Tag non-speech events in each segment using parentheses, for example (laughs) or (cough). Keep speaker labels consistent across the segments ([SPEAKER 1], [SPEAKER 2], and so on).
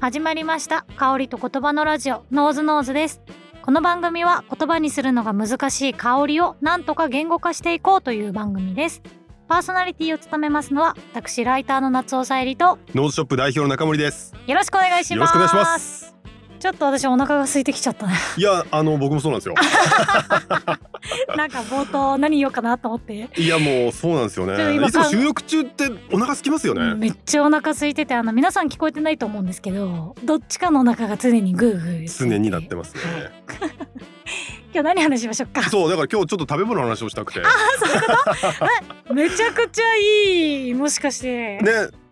[SPEAKER 1] 始まりました香りと言葉のラジオノーズノーズですこの番組は言葉にするのが難しい香りをなんとか言語化していこうという番組ですパーソナリティを務めますのは私ライターの夏尾さえりと
[SPEAKER 2] ノーズショップ代表の中森です。
[SPEAKER 1] よろしくお願いします
[SPEAKER 2] よろしくお願いします
[SPEAKER 1] ちょっと私お腹が空いてきちゃった
[SPEAKER 2] (laughs)
[SPEAKER 1] ね
[SPEAKER 2] いや、あの、僕もそうなんで
[SPEAKER 1] (laughs)
[SPEAKER 2] すよ。
[SPEAKER 1] なんか冒頭何言おうかなと思って
[SPEAKER 2] いや、もう、そうなんですよ
[SPEAKER 1] ちょっと
[SPEAKER 2] ね。
[SPEAKER 1] 今
[SPEAKER 2] いつも収録中って、お腹空きますよね。
[SPEAKER 1] めっちゃお腹空いててあの皆さん聞こえてないと思うんですけどどっちかのお腹が常にグーグー
[SPEAKER 2] 常になってますね。
[SPEAKER 1] 今日何話しましょうか
[SPEAKER 2] そう、だから、今日ちょっと食べ物の話をしたくて。ね、
[SPEAKER 1] めちゃくちゃいいもしかして、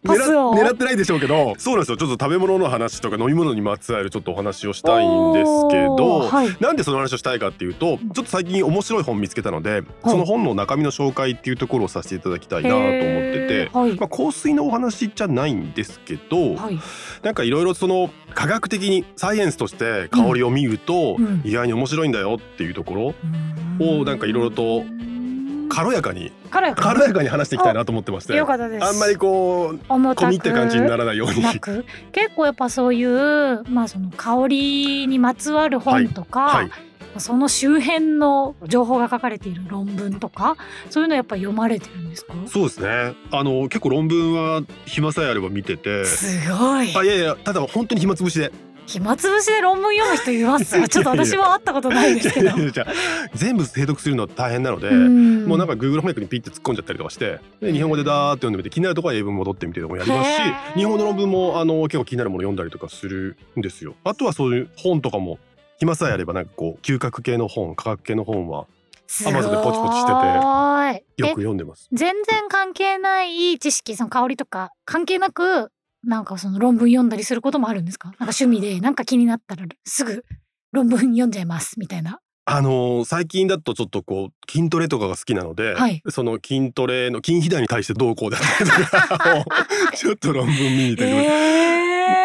[SPEAKER 1] パ
[SPEAKER 2] 狙
[SPEAKER 1] スを
[SPEAKER 2] 狙ってないでしょうけどそうなんですよちょっと食べ物の話とか飲み物にまつわるちょっとお話をしたいんですけ
[SPEAKER 1] おー
[SPEAKER 2] ど
[SPEAKER 1] はい、
[SPEAKER 2] なんでその話をしたいかっていうとちょっと最近面白い本見つけたので、その本の中身の紹介っていうところをさせていただきたいなと思ってて
[SPEAKER 1] へーはい
[SPEAKER 2] まあ、香水のお話じゃないんですけど、
[SPEAKER 1] はい
[SPEAKER 2] なんかいろいろその科学的にサイエンスとして香りを見ると
[SPEAKER 1] うん
[SPEAKER 2] 意外に面白いんだよっていうところをなんかいろいろと軽やかに
[SPEAKER 1] 軽やか
[SPEAKER 2] 軽やかに話していきたいなと思ってまして
[SPEAKER 1] よかったです
[SPEAKER 2] あんまりこう
[SPEAKER 1] 重た
[SPEAKER 2] 込
[SPEAKER 1] く
[SPEAKER 2] みって感じにならないように
[SPEAKER 1] なく結構やっぱそういうまあその香りにまつわる本とか、
[SPEAKER 2] (laughs) はい
[SPEAKER 1] その周辺の情報が書かれている論文とかそういうのやっぱ読まれてるんですか
[SPEAKER 2] そうですねあの結構論文は暇さえあれば見てて
[SPEAKER 1] すごい
[SPEAKER 2] あいやいやただ本当に暇つぶしで
[SPEAKER 1] 暇つぶしで論文読む人いますよちょっと私は会ったことないです
[SPEAKER 2] (laughs)
[SPEAKER 1] けど
[SPEAKER 2] じゃあ全部精読するのは大変なので、も
[SPEAKER 1] も
[SPEAKER 2] うなんか Google 翻訳にピッて突っ込んじゃったりとかしてで日本語でダーって読んでみて気になるところは英文戻ってみてとかもやりますし
[SPEAKER 1] へー
[SPEAKER 2] 日本語の論文もあの結構気になるもの読んだりとかするんですよ。あとはそういう本とかも暇さえあればなんかこう嗅覚系の本科学系の本は
[SPEAKER 1] すご
[SPEAKER 2] Amazon でポチポチしてて
[SPEAKER 1] て
[SPEAKER 2] よく読んでます。
[SPEAKER 1] 全然関係ない知識その香りとか関係なくなんかその論文読んだりすることもあるんですかなんか趣味でなんか気になったらすぐ論文読んじゃいますみたいな。
[SPEAKER 2] あのー最近だとちょっとこう筋トレとかが好きなので、
[SPEAKER 1] はい
[SPEAKER 2] その筋トレの筋肥大に対してどうこうだったりとかを (laughs) ちょっと論文見に行ったりとか。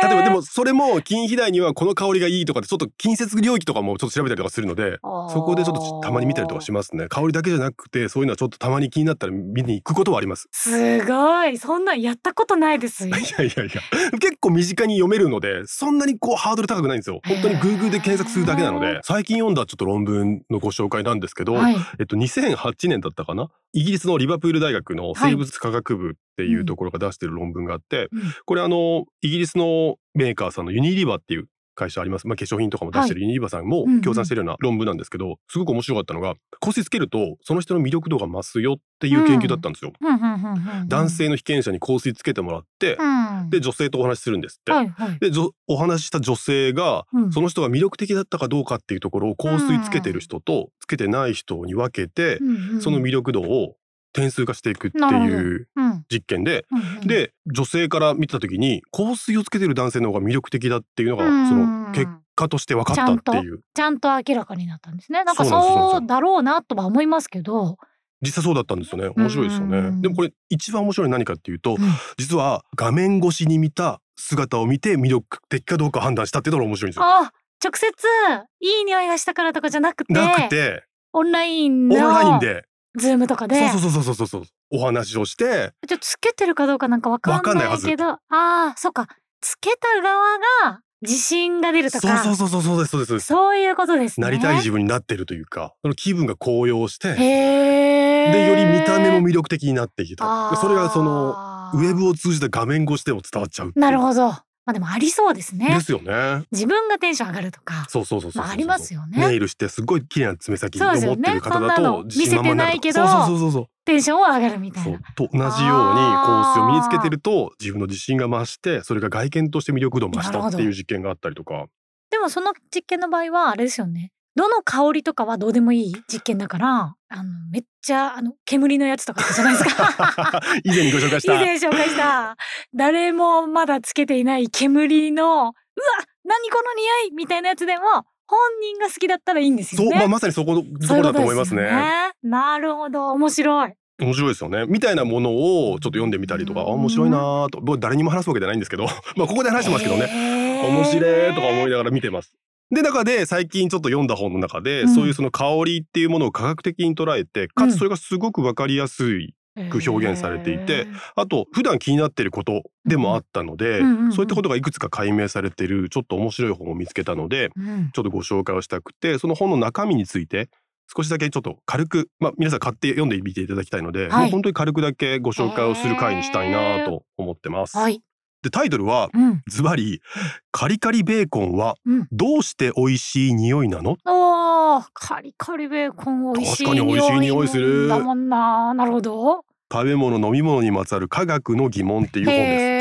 [SPEAKER 2] 例えばでもそれも筋肥大にはこの香りがいいとかでちょっと近接領域とかもちょっと調べたりとかするのでそこでちょっとたまに見たりとかし
[SPEAKER 1] ま
[SPEAKER 2] ますね。香りだけじゃなくて、そういうのはちょっとたまに気になったら見に行くことはあ
[SPEAKER 1] (laughs)
[SPEAKER 2] ります。
[SPEAKER 1] す。すごいそんなんやったことない
[SPEAKER 2] (laughs)
[SPEAKER 1] ですよ。
[SPEAKER 2] いやいやいや、結構身近に読めるので、そんなにこうハードル高くないんですよ。本当に Google で検索するだけなの
[SPEAKER 1] へ
[SPEAKER 2] で、最近読んだちょっと論文のご紹介なんですけど、
[SPEAKER 1] はい。
[SPEAKER 2] えっと2008年だったかな、イギリスのリバプール大学の生物科学部っていうところが出してる論文があって
[SPEAKER 1] うん、
[SPEAKER 2] これあのイギリスのメーカーさんのユニリバっていう会社あります、まあ、化粧品とかも出してるユニリバさんも
[SPEAKER 1] うんうん
[SPEAKER 2] 協賛してるような論文なんですけど、すごく面白かったのが香水つけるとその人の魅力度が増すよっていう研究だったんですよ。
[SPEAKER 1] うんうんうんうん
[SPEAKER 2] 男性の被験者に香水つけてもらって、
[SPEAKER 1] うん
[SPEAKER 2] で女性とお話しするんですって。
[SPEAKER 1] はいはい。
[SPEAKER 2] でじょお話しした女性が
[SPEAKER 1] うん
[SPEAKER 2] その人が魅力的だったかどうかっていうところを香水つけてる人とつけてない人に分けて、
[SPEAKER 1] うんうん
[SPEAKER 2] その魅力度を点数化していくって
[SPEAKER 1] な
[SPEAKER 2] い
[SPEAKER 1] る
[SPEAKER 2] う
[SPEAKER 1] うんうん
[SPEAKER 2] 実験で、
[SPEAKER 1] うん
[SPEAKER 2] で女性から見た時に香水をつけてる男性の方が魅力的だっていうのが、
[SPEAKER 1] うん
[SPEAKER 2] その結果として分かったっていう
[SPEAKER 1] ちゃんと明らかになったんですね。なんか
[SPEAKER 2] そうなんです
[SPEAKER 1] そ
[SPEAKER 2] そうう
[SPEAKER 1] だろうなとは思いますけど。
[SPEAKER 2] 実際そうだったんですよね面白いですよね、
[SPEAKER 1] うん
[SPEAKER 2] でもこれ一番面白いのは何かっていう
[SPEAKER 1] う
[SPEAKER 2] と、
[SPEAKER 1] ん
[SPEAKER 2] 実は画面越しに見た姿を見て魅力的かどうか判断したっていうのが面白いんですよ。
[SPEAKER 1] あ直接いい匂いがしたからとかじゃなくて
[SPEAKER 2] なくて
[SPEAKER 1] オンライン
[SPEAKER 2] オン
[SPEAKER 1] の
[SPEAKER 2] ラインで
[SPEAKER 1] ズームとかで
[SPEAKER 2] そうそうそうそうそうそうお話をして
[SPEAKER 1] ちょっとつけてるかどうかなんかわか
[SPEAKER 2] わか
[SPEAKER 1] ん
[SPEAKER 2] んない
[SPEAKER 1] な
[SPEAKER 2] はいず
[SPEAKER 1] けどああーそっかつけた側が自信が出ると
[SPEAKER 2] そう
[SPEAKER 1] か
[SPEAKER 2] そうそうそうそうですそうですそうです
[SPEAKER 1] そういうことですね。
[SPEAKER 2] なりたい自分になってるというかその気分が高揚して
[SPEAKER 1] へー
[SPEAKER 2] でより見た目も魅力的になってきたそれがその
[SPEAKER 1] あー
[SPEAKER 2] ウェブを通じた画面越しでも伝わっちゃうっていう
[SPEAKER 1] なるほど。まあでもありそうですね
[SPEAKER 2] で。すよね
[SPEAKER 1] 自分がテンション上がるとか、
[SPEAKER 2] そうそうそうそうそう
[SPEAKER 1] まあ、ありますよね。
[SPEAKER 2] ネイルしてすごい綺麗な爪先を
[SPEAKER 1] そうです
[SPEAKER 2] 持
[SPEAKER 1] よ
[SPEAKER 2] っ
[SPEAKER 1] ね
[SPEAKER 2] てる方だ
[SPEAKER 1] そんなの
[SPEAKER 2] と自信満々になる
[SPEAKER 1] 見せてないけ
[SPEAKER 2] と
[SPEAKER 1] ど
[SPEAKER 2] そうそうそうそう
[SPEAKER 1] テンションは上がるみたい
[SPEAKER 2] そ
[SPEAKER 1] な
[SPEAKER 2] う。と同じように香水を身につけてると自分の自信が増してそれが外見として魅力度を増し
[SPEAKER 1] なる
[SPEAKER 2] た
[SPEAKER 1] ほ
[SPEAKER 2] っ
[SPEAKER 1] ど
[SPEAKER 2] ていう実験があったりと
[SPEAKER 1] (laughs)
[SPEAKER 2] か
[SPEAKER 1] でもその実験の場合はあれですよね。どの香りとかはどうでもいい実験だから、あのめっちゃあの煙のやつとかあったじゃないです
[SPEAKER 2] (laughs)
[SPEAKER 1] か。
[SPEAKER 2] 以前にご紹介し
[SPEAKER 1] (laughs) 以
[SPEAKER 2] た
[SPEAKER 1] 前紹介した誰もまだつけていない煙のうわ何この匂いみたいなやつでも本人が好きだったらいいんですよ
[SPEAKER 2] そう、
[SPEAKER 1] ね。
[SPEAKER 2] まあ、まさにそこのとこ
[SPEAKER 1] そう
[SPEAKER 2] ろ
[SPEAKER 1] うこ
[SPEAKER 2] だ
[SPEAKER 1] と
[SPEAKER 2] 思いま
[SPEAKER 1] ですよ
[SPEAKER 2] ね。
[SPEAKER 1] なるほど面白い。
[SPEAKER 2] 面白いですよねみたいなものをちょっと読んでみたりとか、あ面白いなーと僕誰にも話すわけじゃないんですけど (laughs) まあここで話してますけどね、
[SPEAKER 1] ね
[SPEAKER 2] 面白いとか思いながら見てます。で中で最近ちょっと読んだ本の中で、
[SPEAKER 1] うん
[SPEAKER 2] そういうその香りっていうものを科学的に捉えてか
[SPEAKER 1] う
[SPEAKER 2] つ
[SPEAKER 1] ん
[SPEAKER 2] それがすごくわかりやすいく表現されていてあと普段気になっていることでもあったので、
[SPEAKER 1] うんうんうん
[SPEAKER 2] そういったことがいくつか解明されているちょっと面白い本を見つけたので
[SPEAKER 1] えーうん
[SPEAKER 2] ちょっとご紹介をしたくてその本の中身について少しだけちょっと軽く、まあ、皆さん買って読んでみていただきたいの
[SPEAKER 1] は
[SPEAKER 2] で、
[SPEAKER 1] い
[SPEAKER 2] もう本当に軽くだけご紹介をする回にしたいなと思ってます。
[SPEAKER 1] はい、
[SPEAKER 2] でタイトルは
[SPEAKER 1] うん、
[SPEAKER 2] ズバリカリカリベーコンは
[SPEAKER 1] うん
[SPEAKER 2] どうして美味しい匂いなの、
[SPEAKER 1] おーカリカリベーコン美味しい
[SPEAKER 2] 確かに美味しい匂いする
[SPEAKER 1] だもんななるほど
[SPEAKER 2] 食べ物飲み物にまつわる科学の疑問っていう本です。
[SPEAKER 1] へ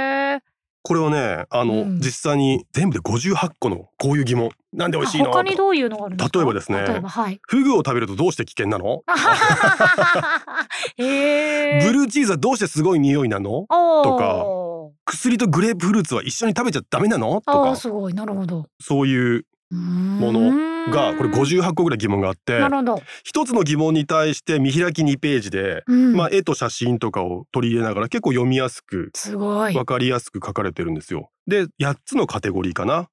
[SPEAKER 1] え
[SPEAKER 2] これはねあの、
[SPEAKER 1] うん
[SPEAKER 2] 実際に全部で58個のこういう疑問なんで美味しいの
[SPEAKER 1] 他に
[SPEAKER 2] とか
[SPEAKER 1] どういうのがあるんですか
[SPEAKER 2] 例えばですね
[SPEAKER 1] 例えばはい
[SPEAKER 2] フグを食べるとどうして危険なの
[SPEAKER 1] へ
[SPEAKER 2] ブ
[SPEAKER 1] ー
[SPEAKER 2] ルーチーズはどうしてすごい匂いなのとか
[SPEAKER 1] おー
[SPEAKER 2] 薬とグレープフルーツは一緒に食べちゃダメなのと
[SPEAKER 1] あー
[SPEAKER 2] か
[SPEAKER 1] すごいなるほど
[SPEAKER 2] そういう
[SPEAKER 1] も
[SPEAKER 2] のがこれ58個ぐらい疑問があって
[SPEAKER 1] なるほど、
[SPEAKER 2] 一つの疑問に対して見開き2ページで、
[SPEAKER 1] うん
[SPEAKER 2] まあ、絵と写真とかを取り入れながら結構読みやすく
[SPEAKER 1] すごい
[SPEAKER 2] わかりやすく書かれてるんですよ。で8つのカテゴリーかな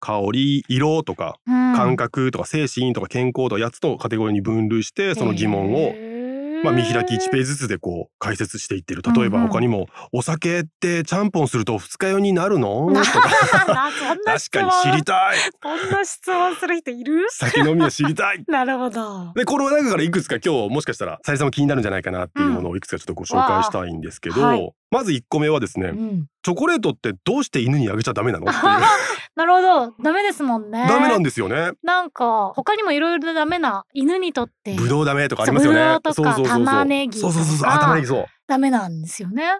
[SPEAKER 2] 香り色とか感
[SPEAKER 1] 感
[SPEAKER 2] 覚とか精神とか健康とか8つのカテゴリーに分類してその疑問を、まあ、見開き1ページずつでこう解説していってる例えば
[SPEAKER 1] うんうん
[SPEAKER 2] 他にも「お酒ってちゃんぽんすると二日酔いになる
[SPEAKER 1] (laughs)
[SPEAKER 2] の?」
[SPEAKER 1] な
[SPEAKER 2] とか
[SPEAKER 1] そんな
[SPEAKER 2] 確
[SPEAKER 1] 質
[SPEAKER 2] か
[SPEAKER 1] 問
[SPEAKER 2] に知りたい
[SPEAKER 1] そんな質問する人いる
[SPEAKER 2] 酒飲みは知りたい (laughs)
[SPEAKER 1] なるほど
[SPEAKER 2] でこの中からいくつか今日もしかしたらさゆりさんも気になるんじゃないかなっていうものをいくつかちょっとご紹介したいんですけど、
[SPEAKER 1] うんわあはい
[SPEAKER 2] まず1個目はですね、
[SPEAKER 1] うん
[SPEAKER 2] チョコレートってどうして犬にあげちゃダメなのっていう
[SPEAKER 1] なるほどダメですもんね
[SPEAKER 2] ダメなんですよね
[SPEAKER 1] なんか他にもいろいろダメな犬にとって
[SPEAKER 2] ぶどうダメとかありますよね
[SPEAKER 1] そうぶどうとか玉ねぎ
[SPEAKER 2] そうそうそうそう
[SPEAKER 1] と
[SPEAKER 2] あ
[SPEAKER 1] か
[SPEAKER 2] 玉ねぎそう
[SPEAKER 1] ダメなんですよね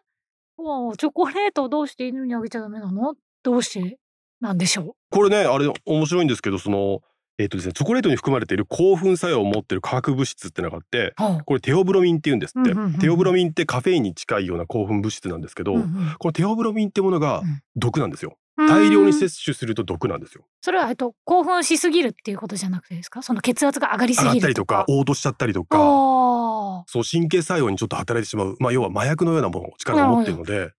[SPEAKER 1] おーチョコレートをどうして犬にあげちゃダメなのどうしてなんでしょ
[SPEAKER 2] これねあれ面白いんですけどそのえっ、とですねチョコレートに含まれている興奮作用を持っている化学物質ってのがあって
[SPEAKER 1] うはあ
[SPEAKER 2] これテオブロミンって言うんですって、
[SPEAKER 1] うんうんうん
[SPEAKER 2] テオブロミンってカフェインに近いような興奮物質なんですけど、
[SPEAKER 1] うんうん
[SPEAKER 2] このテオブロミンってものが
[SPEAKER 1] うん
[SPEAKER 2] 毒なんですよ大量
[SPEAKER 1] う
[SPEAKER 2] に
[SPEAKER 1] ん
[SPEAKER 2] 摂取すると毒なんですよ
[SPEAKER 1] それはえっと興奮しすぎるっていうことじゃなくてですかその血圧が上がりす
[SPEAKER 2] 上がっ
[SPEAKER 1] ぎ
[SPEAKER 2] た
[SPEAKER 1] る
[SPEAKER 2] りと
[SPEAKER 1] と
[SPEAKER 2] か
[SPEAKER 1] か
[SPEAKER 2] 嘔吐しちゃったりと
[SPEAKER 1] あ
[SPEAKER 2] か
[SPEAKER 1] ー
[SPEAKER 2] そう神経作用にちょっと働いてしまうまあ要は麻薬のようなもの力を持っているので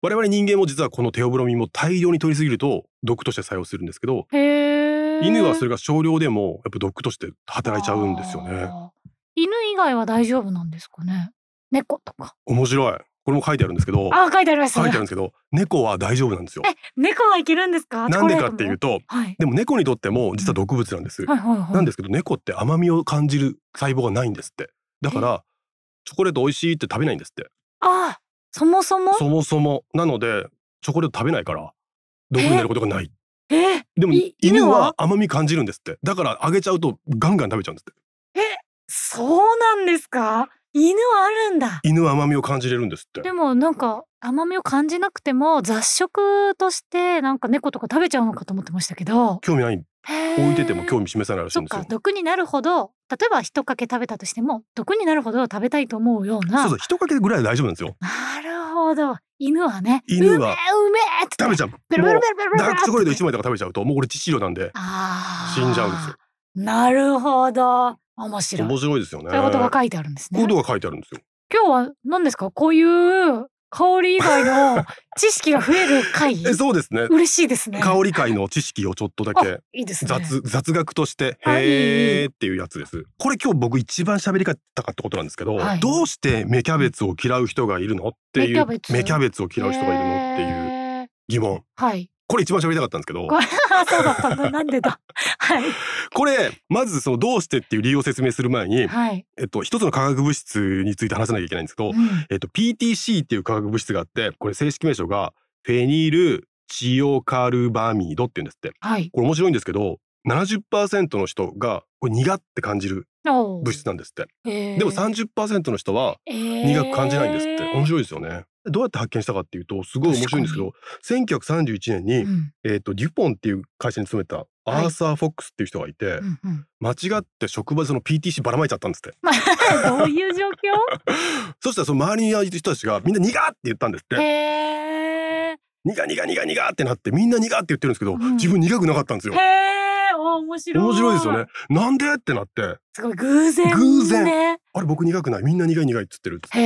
[SPEAKER 2] 我々人間も実はこのテオブロミンも大量に取りすぎると毒として作用するんですけど
[SPEAKER 1] へ
[SPEAKER 2] 犬はそ
[SPEAKER 1] れ
[SPEAKER 2] れが少量でもやっぱ毒として働いちゃうんですよね。
[SPEAKER 1] 犬以外は大丈夫なんですかね猫とか
[SPEAKER 2] 面白いこれも書いてあるんですけど
[SPEAKER 1] あ書いてありました
[SPEAKER 2] 書いてあ
[SPEAKER 1] ね
[SPEAKER 2] るんですけど猫は大丈夫なんですよ
[SPEAKER 1] え猫はいけるんですか
[SPEAKER 2] なんでかって
[SPEAKER 1] チ
[SPEAKER 2] い
[SPEAKER 1] ョコレー
[SPEAKER 2] う
[SPEAKER 1] ト
[SPEAKER 2] と
[SPEAKER 1] もはい
[SPEAKER 2] でも猫にとっても実は毒物なんです、
[SPEAKER 1] はいはいはい
[SPEAKER 2] なんですすけど猫って甘みを感じる細胞がないんですってだからチョコレート美味しいって食べないんですって
[SPEAKER 1] あそもそも
[SPEAKER 2] そもそもなのでチョコレート食べないから毒になることがない
[SPEAKER 1] えー
[SPEAKER 2] でも
[SPEAKER 1] い
[SPEAKER 2] 犬
[SPEAKER 1] 犬
[SPEAKER 2] は
[SPEAKER 1] は
[SPEAKER 2] 甘み感じるんですってだからあげちゃうとガンガン食べちゃうんですって
[SPEAKER 1] そうなんですか犬はあるんだ
[SPEAKER 2] 犬は甘みを感じれるんですって
[SPEAKER 1] でもなんか甘みを感じなくても雑食としてなんか猫とか食べちゃうのかと思ってましたけど
[SPEAKER 2] 興味ない
[SPEAKER 1] 置
[SPEAKER 2] 置いてても興味示さないらしい
[SPEAKER 1] そ
[SPEAKER 2] ん
[SPEAKER 1] っ
[SPEAKER 2] ですよ
[SPEAKER 1] か毒になるほど例えば一かけ食べたとしても毒になるほど食べたいと思うような
[SPEAKER 2] そうそう一かけぐらいは大丈夫なんですよ
[SPEAKER 1] なるほど犬はね
[SPEAKER 2] 犬は
[SPEAKER 1] うめえうめえって
[SPEAKER 2] 食べちゃう
[SPEAKER 1] ベロベロベロベロベロ
[SPEAKER 2] ダークチョコレート
[SPEAKER 1] って
[SPEAKER 2] 1枚とか食べちゃうともうこれ致死量なんで
[SPEAKER 1] あー
[SPEAKER 2] 死んじゃうんですよ
[SPEAKER 1] なるほど面白い
[SPEAKER 2] 面白いですよね
[SPEAKER 1] そういうことが書いてあるんです
[SPEAKER 2] こうい
[SPEAKER 1] ね
[SPEAKER 2] うことが書いてあるんですよ
[SPEAKER 1] 今日は何ですかこういう香り以外
[SPEAKER 2] (laughs)
[SPEAKER 1] の知識が増える回
[SPEAKER 2] えそうですね
[SPEAKER 1] 嬉しいですね
[SPEAKER 2] 香り界の知識をちょっとだ
[SPEAKER 1] あ
[SPEAKER 2] け
[SPEAKER 1] いいですね
[SPEAKER 2] 雑雑学として
[SPEAKER 1] はい
[SPEAKER 2] へーっていうやつですこれ今日僕一番喋り方かったことなんですけど、
[SPEAKER 1] はい
[SPEAKER 2] どうして芽キャベツを嫌う人がいるのってい
[SPEAKER 1] 芽
[SPEAKER 2] う
[SPEAKER 1] キャベツ
[SPEAKER 2] 芽キャベツを嫌う人がいるのっていう
[SPEAKER 1] へー
[SPEAKER 2] 疑問
[SPEAKER 1] はい
[SPEAKER 2] これ一番喋りたかったんですけど
[SPEAKER 1] これそうだったんだなんで
[SPEAKER 2] (laughs)
[SPEAKER 1] だはい
[SPEAKER 2] これまずそのどうしてっていう理由を説明する前に、
[SPEAKER 1] はい、
[SPEAKER 2] えっと、一つの化学物質について話さなきゃいけないんですけど、
[SPEAKER 1] うん
[SPEAKER 2] えっと、PTC っていう化学物質があってこれ正式名称がフェニルチオカルバミドっていうんですって
[SPEAKER 1] はい
[SPEAKER 2] これ面白いんですけど70%の人がこれ苦って感じる
[SPEAKER 1] おー
[SPEAKER 2] 物質なんですって
[SPEAKER 1] へー
[SPEAKER 2] でも30%の人は
[SPEAKER 1] 苦
[SPEAKER 2] 苦く感じないんですって面白いですよねどうやって発見したかっていうとすごい面白いんですけど1931年に、
[SPEAKER 1] うん
[SPEAKER 2] えっとデュポンっていう会社に勤めたアーサー・フォックスっていう人がいて、
[SPEAKER 1] うんうん、 (laughs)
[SPEAKER 2] 間違って職場でその PTC ばらまいちゃったんですって (laughs)
[SPEAKER 1] まあどういう状況
[SPEAKER 2] そしたらその周りにいる人たちがみんな苦って言ったんですって
[SPEAKER 1] へー
[SPEAKER 2] 苦苦苦苦ってなってみんな苦って言ってるんですけど、
[SPEAKER 1] うん
[SPEAKER 2] 自分苦くなかったんですよ
[SPEAKER 1] へーお面白い
[SPEAKER 2] 面白いですよねなんでってなって
[SPEAKER 1] すごい偶然、ね、
[SPEAKER 2] 偶然あれ僕苦くないみんな苦い苦いっつってるっつって
[SPEAKER 1] へ